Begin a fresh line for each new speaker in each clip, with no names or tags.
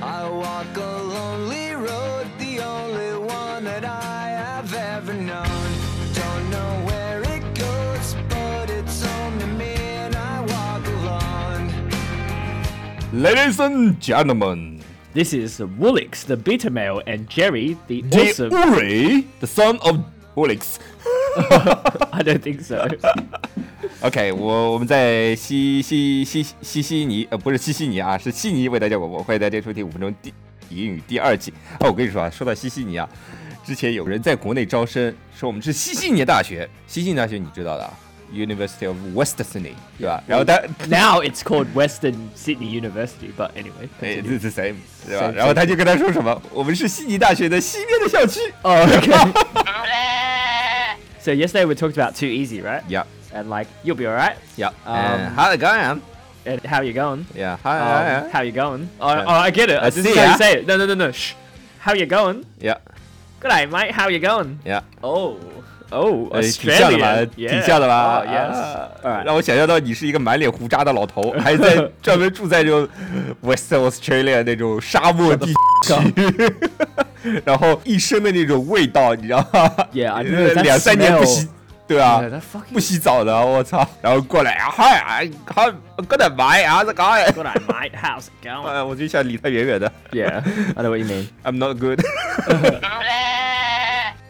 I walk a lonely road, the only one that I have ever known. Don't know where it goes, but it's only me and I walk alone.
Ladies and gentlemen,
This is Woolix the bitter male and Jerry the
the
awesome.
Uri, the son of Ulix。
I don't think so.
OK，我我们在西西西西悉尼，呃，不是西悉尼啊，是悉尼为大家广播，欢迎大家收听五分钟第英语第二季。啊，我跟你说啊，说到西悉尼啊，之前有人在国内招生，说我们是西悉尼大学，西悉尼大学你知道的啊，University of West Sydney，对吧？然后他
now it's called Western Sydney University, but anyway.
哎，这
continue.
是谁，对吧？
Same,
然后他就跟他说什么，我们是悉尼大学的西边的校区。
Oh, okay. so yesterday we talked about too easy, right?
Yeah,
And like you'll be all right.
yeah.
Um,
And how it going?
And how you going?
Uh, Yeah,
Um,
hi, hi,
How you going? Oh, oh, I get it.
I
this is
see
how
ya.
you say it. No, no, no, no. Shh. How you going?
yeah,
Good day, mate. How you going?
yeah.
Oh, oh,
哎，挺像的吧
Australia.？
挺像的吧？
Oh, yes.
啊
Alright.
让我想象到你是一个满脸胡渣的老头，还 在专门住在这种 Western Australia 那种沙漠地区，然后一身的那种味道，你知道吗呃
Yeah, I know that
两三年不
smell.
洗，对
Yeah,
啊，
that fucking
不洗澡的，我操！然后过来啊，嗨啊，好，过来买啊，这个，哎
Good day, mate. How's it going?
我就想离他远远的。
yeah, I know what you mean.
I'm not good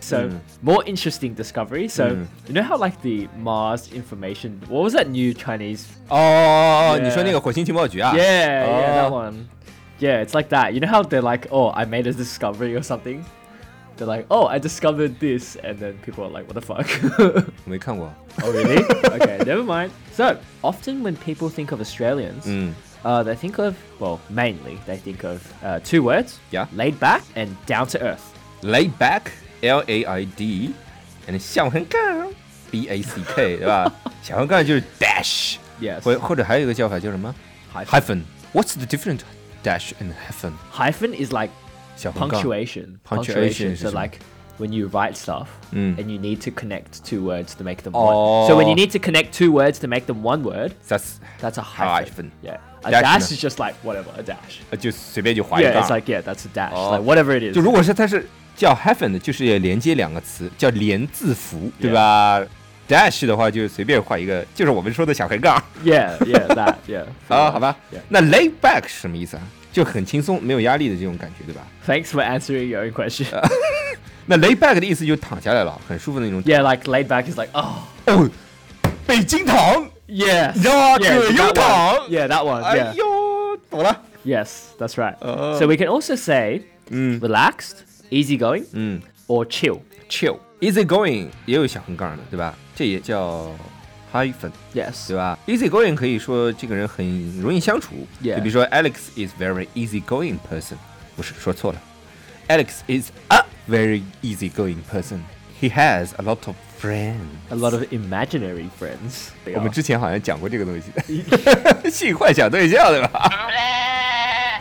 So more interesting discovery. So you know how like the Mars information? What was that new Chinese?
哦，
Yeah
你说那个火星情报局啊？
yeah, yeah,
Oh.
that one. Yeah, it's like that. You know how they're like, oh, I made a discovery or something. They're like, oh, I discovered this, and then people are like, what the fuck?
我没看过。
oh really? okay, never mind. So often when people think of Australians,
嗯
uh, they think of well, mainly they think of uh, two words.
Yeah.
laid back and down to earth.
，laid back，L A I D，and 小横杠，B A C K，对 吧？小横杠就是 dash，
Yes.
或或者还有一个叫法叫什么
Hyphen.
hyphen？What's the difference dash and hyphen？
Hyphen is like
小横杠
punctuation.
Punctuation
So
is-
like when you write stuff
Mm.
and you need to connect two words to make them
Oh.
one. So when you need to connect two words to make them one word,
，that's
that's a hyphen.
Hyphen.
Yeah. A
Dash
dash,
呢
is just like whatever, a dash.
呃就随便就划一
Yeah,
杠
it's。like yeah, that's a dash.
Oh.
Like whatever it is.
就如果是它是叫 hyphen 的，就是要连接两个词，叫连字符，对吧？dash 的话就随便画一个，就是我们说的小横杠。
Yeah, yeah, that, yeah.
啊，好吧
Yeah.，
那 lay back 是什么意思啊？就很轻松，没有压力的这种感觉，对吧？
Thanks for answering your own question.
Uh. 那 lay back 的意思就是躺下来了，很舒服的那种。
yeah, like laid back is like oh
哦，北京躺，
yes.
你知道吗？
Yeah,
葛
that
优
one.
躺。
Yeah, that one.
哎
Yeah.
呦，懂了。
Yes, that's right.
Oh.
so we can also say
Mm.
relaxed, easygoing,
嗯
or chill.
，chill，easy going 也有小横杠的，对吧？这也叫 hyphen，
Yes.
对吧？easy going 可以说这个人很容易相处。
Yeah
就比如说 Alex is very easy going person，不是说错了，Alex is a very easy going person。He has a lot of friends。
A lot of imaginary friends. They
我
are.
们之前好像讲过这个东西， 性幻想对象对吧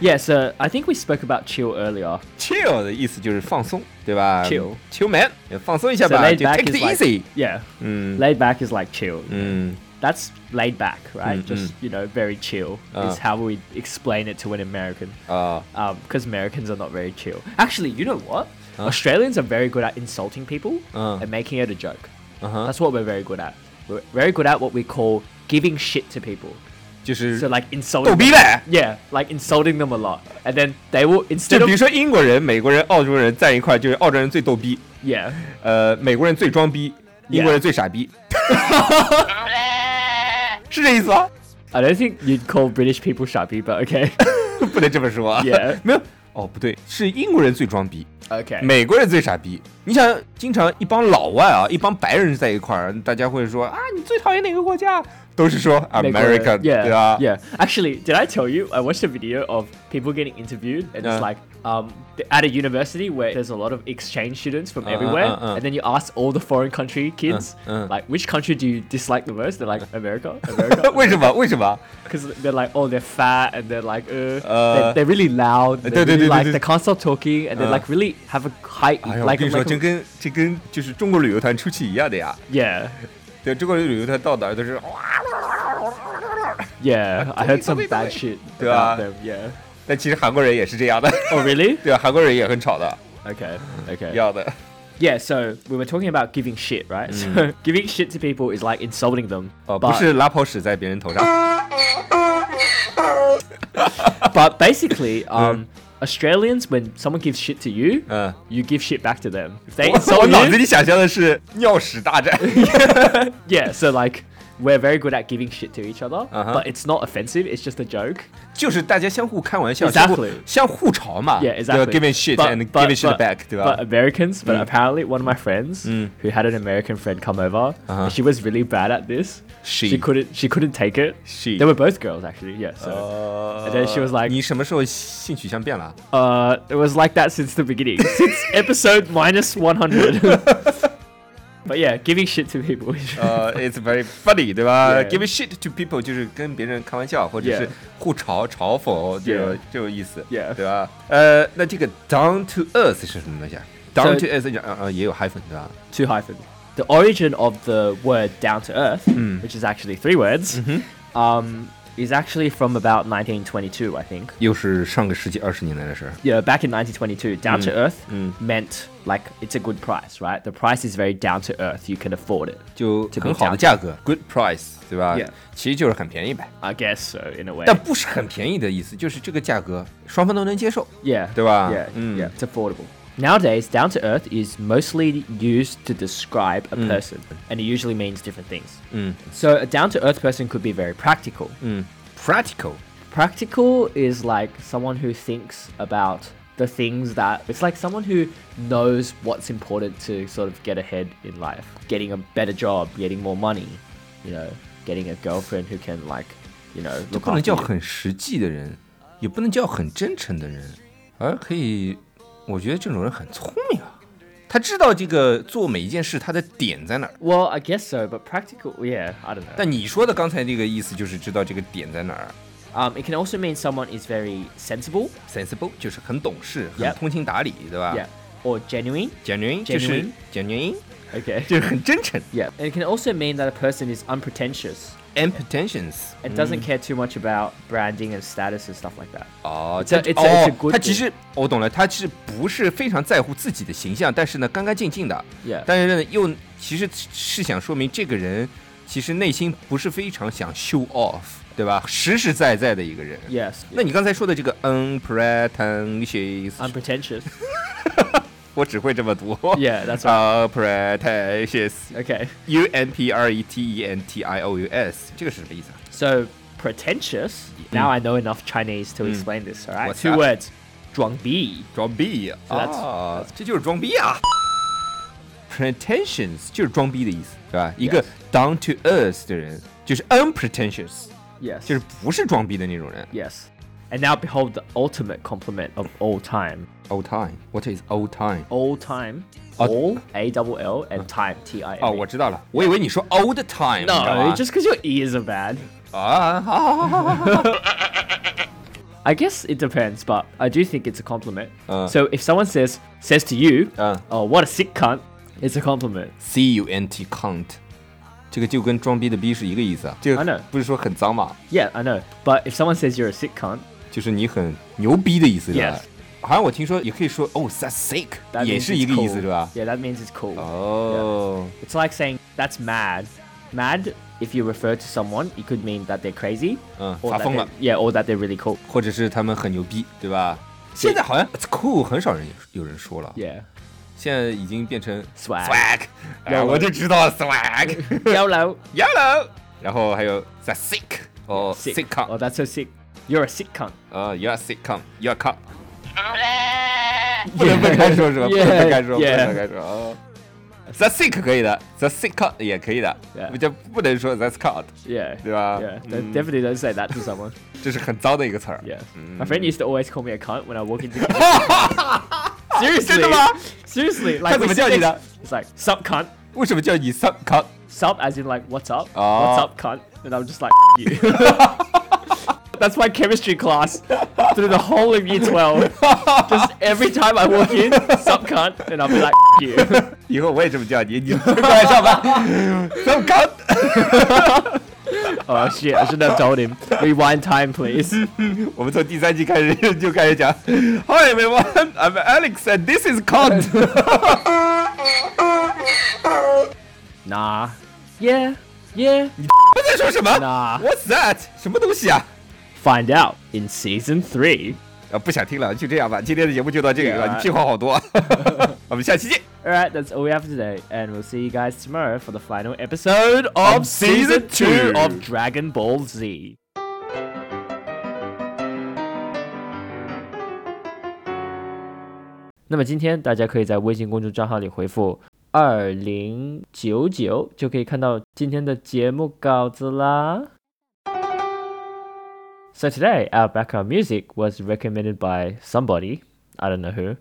Yeah, so I think we spoke about chill earlier.
？Chill 的意思就是放松，对吧
Chill
chill man，放松一下
So
吧，
laid
就
back
take it
is like
easy。Mm.
yeah,
嗯
laid back is like chill.
嗯
That's laid back, right?
Mm,
Just you know, very chill
Uh.
is how we explain it to an American,
啊，
because Americans are not very chill. Actually, you know what? Australians are very good at insulting people
Uh.
and making it a joke.
嗯哼，
That's what we're very good at. We're very good at what we call giving shit to people.
就是
So like insulting.
逗逼
them-
呗。
Yeah, like insulting them a lot, and then they will
就
instead
比如
of
说英国人、美国人、澳洲人在一块儿，就是澳洲人最逗逼，
yeah.
呃，美国人最 装逼，英国人最傻逼，是这意思吗？
I don't think you'd call British people shabby, but okay.
不能这么说啊。
Yeah.
没有，哦，不对，是英国人最装逼，
Okay.
美国人最傻逼。你想，经常一帮老外啊，一帮白人在一块儿，大家会说啊，你最讨厌哪个国家？都是说 America，
America, yeah,
对吧？
yeah. Actually, did I tell you I watched a video of people getting interviewed and
Yeah.
it's like um th- at a university where there's a lot of exchange students from
Uh, uh,
everywhere,
uh, uh.
and then you ask all the foreign country kids
uh.
like which country do you dislike the most? They're like America, America,
为什么？为什么？
because they're like oh they're fat and they're like uh,
Uh,
they're, they're really loud,
do-
they're
do-
really,
do-
like they
do-
can't stop talking, and they
Uh.
like really have a high
哎呀，我
like,
跟你说，
like
真跟这跟就是中国旅游团出去一样的呀。
yeah
对，中国旅游团到哪儿都是哇，
yeah. I heard some
Sorry,
bad
sorry.
shit
Yeah.
about them. Yeah.
但其实韩国人也是这样的。
Oh really?
对啊，韩国人也很吵的，
Okay. Okay.
一样的。
Yeah, so we were talking about giving shit, right? So giving shit to people is like insulting them.
哦，不
but,
是拉泡屎在别人头 上。
but basically, um, Australians, when someone gives shit to you,
嗯，
you give shit back to them. If they
我我
insult
脑子
you,
里想象的是尿屎大 战。
yeah. So like, we're very good at giving shit to each other,
Uh-huh.
but it's not offensive. It's just a joke.
就是大家相互开玩笑，
Exactly.
相互相互嘲嘛
Yeah,
对
exactly.
吧？Give me shit
But-
and
but-
give me shit
but-
back，对
But
吧？
Americans, but
Mm.
apparently one of my friends
Mm.
who had an American friend come over,
Uh-huh.
she was really bad at this.
She.
she couldn't she couldn't take it.
She. Oh.
They were both girls actually. Yeah. So. And then she was like,
呃你什么时候性取向变了？
Uh, it was like that since the beginning, since episode minus 100. but yeah, giving shit to people.
呃、i t s very funny，对吧
Yeah.
Give me shit to people 就是跟别人开玩笑，或者
Yeah.
是互嘲、嘲讽这种
Yeah.
这种意思
Yeah.
对吧？呃，那这个 down to earth 是什么东西啊？down
So-
to earth 讲啊啊也有 hyphen 对吧？
Two hyphen. The origin of the word down to earth,
Mm.
which is actually three words,
Mm-hmm.
um, is actually from about 1922, I think.
又是上个世纪二十年代的事儿。
Yeah, back in 1922, down to earth
mm.
meant like it's a good price, right? The price is very down to earth. You can afford it.
就
To be
很好
down.
的价格，good price，对吧
Yeah. 哎
其实就是很便宜呗，
I guess so, in a way.
但不是很便宜的意思，就是这个价格双方都能接受。
Yeah.
对吧？
Yeah.
嗯。
Yeah. It's affordable. Nowadays, down to earth is mostly used to describe a
Mm.
person, and it usually means different things.
嗯
So, a down to earth person could be very practical.
嗯，practical，
Practical is like someone who thinks about the things that it's like someone who knows what's important to sort of get ahead in life, getting a better job, getting more money, you know, getting a girlfriend who can like, you know,
这
look
不能
after
叫
you.
很实际的人，也不能叫很真诚的人，而可以，我觉得这种人很聪明啊，他知道这个做每一件事他的点在哪儿。
Well, I guess so, but practical, yeah, I don't know.
但你说的刚才那个意思就是知道这个点在哪儿
Um, it can also mean someone is very sensible,
，sensible 就是很懂事，很
Yeah.
通情达理，对吧
yeah, or genuine.
？genuine 就是 genuine
Okay.
就是很真诚
Yeah, and it can also mean that a person is unpretentious
，and pretensions。
and doesn't care too much about branding and status and stuff like that.
哦，
It's a-
这
it's a- it's a
哦，
good
他其
thing.
实我懂了，他其实不是非常在乎自己的形象，但是呢，干干净净的。
Yeah.
但是呢，又其实是想说明这个人其实内心不是非常想 show off，对吧？实实在在的一个人。
Yes.
那你刚才说的这个嗯 unpretentious，
嗯 Unpretentious.
我只会这么读。
Yeah, that's
unpretentious，U
Okay.
N P R E T E N T I O U S，这个是什么意思啊？
So pretentious. Now I know enough Chinese to explain this. All right.
What's
Two
that?
words. 装逼.
装逼啊
that's-
啊，这就是装逼啊！Pretensions 就是装逼的意思，对吧？一个 down to earth 的人，就是 unpretentious，
Yes.
就是不是装逼的那种人。
Yes. And now behold the ultimate compliment of all time.
Old time，what is old time？
All
Oh,
time.
Uh,
all A double L and time T I M. E.
哦，我知道了，我以为你说 old time，你知道
No,
吗
just because your ears are bad.
啊，好好好好好，
I guess it depends, but I do think it's a compliment.
Uh.
so if someone says says to you,
Uh.
"Oh, what a sick cunt," it's a compliment.
c u n t cunt，这个就跟装逼的逼是一个意思啊。这
I know
个不是说很脏吗？
Yeah, I know. But if someone says you're a sick cunt,
就是你很牛逼的意思，对吧
Yes.？
好像我听说也可以说 oh that's sick，
that
也
means
是一
it's
个意
cool.
思，对吧？
Yeah, that means it's cool.
Oh. 哦。
It's like saying that's mad. Mad. If you refer to someone, it could mean that they're crazy,
Uh,
or that
发疯了。
they- yeah, or that they're really cool.
或者是他们很牛逼，对吧？现在好像 it's cool 很少人有人说了
Yeah,
现在已经变成
Swag
swag，哎呀
Yellow
我就知道 swag
YOLO.
yellow，然后还有 the sick， or
Sick.
sitcom.
Oh, that's so sick. You're a sick cunt.
Uh, you're a sitcom. You're a cop. 不能分开说是吧？不能分开说，不能
Yeah.
分开说。哦 The sick 可以的，The sick cut 也可以的
Yeah.
就不能说 That's cut，
Yeah.
对吧
Yeah. Don't-
嗯
Definitely don't say that to someone.
这是很糟的一个词儿。
Yeah. My friend used to always call me a cunt when I walk into. seriously.
真的吗？
Seriously. Like
怎么
we sit
叫你
next-
的？
It's like sup cunt.
为什么叫你 sub cut？
Sup as in like what's up?
Oh.
What's up, cunt? And I'm just like "F- you. That's my chemistry class through the whole of year twelve. Just every time I walk in, sup cunt, and I'll be like "F- you.
以后我也这么叫你，你过来上班 ，sub cut。
Oh shit! I shouldn't have told him. Rewind time, please.
我们从第三季开始就开始讲，Hi everyone, I'm Alex and this is cut 。
Nah. Yeah. Yeah.
我在说什么
那
？What's that？什么东西啊？
Find out in season three.
啊，不想听了，就这样吧。今天的节目就到这里了，
Yeah.
你屁话好多。 我们下期见。
All right, that's all we have for today, and we'll see you guys tomorrow for the final episode of
Of
season two
season two.
of Dragon Ball Z.那么今天大家可以在微信公众账号里回复二零九九，就可以看到今天的节目稿子啦。So today, our background music was recommended by somebody, I don't know who,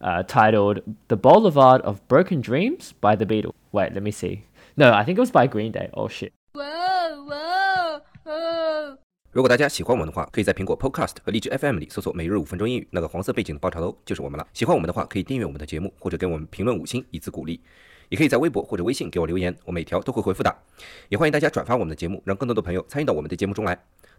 uh, titled The Boulevard of Broken Dreams by the Beatles. Wait, let me see. No, I think it was by Green Day. Oh shit.
哇哦哇哦哦！
如果大家喜欢我们的话，可以在苹果 Podcast 和荔枝 FM 里搜索“每日五分钟英语”，那个黄色背景的爆炒头就是我们了。喜欢我们的话，可以订阅我们的节目，或者给我们评论五星以资鼓励。也可以在微博或者微信给我留言，我每条都会回复的。也欢迎大家转发我们的节目，让更多的朋友参与到我们的节目中来。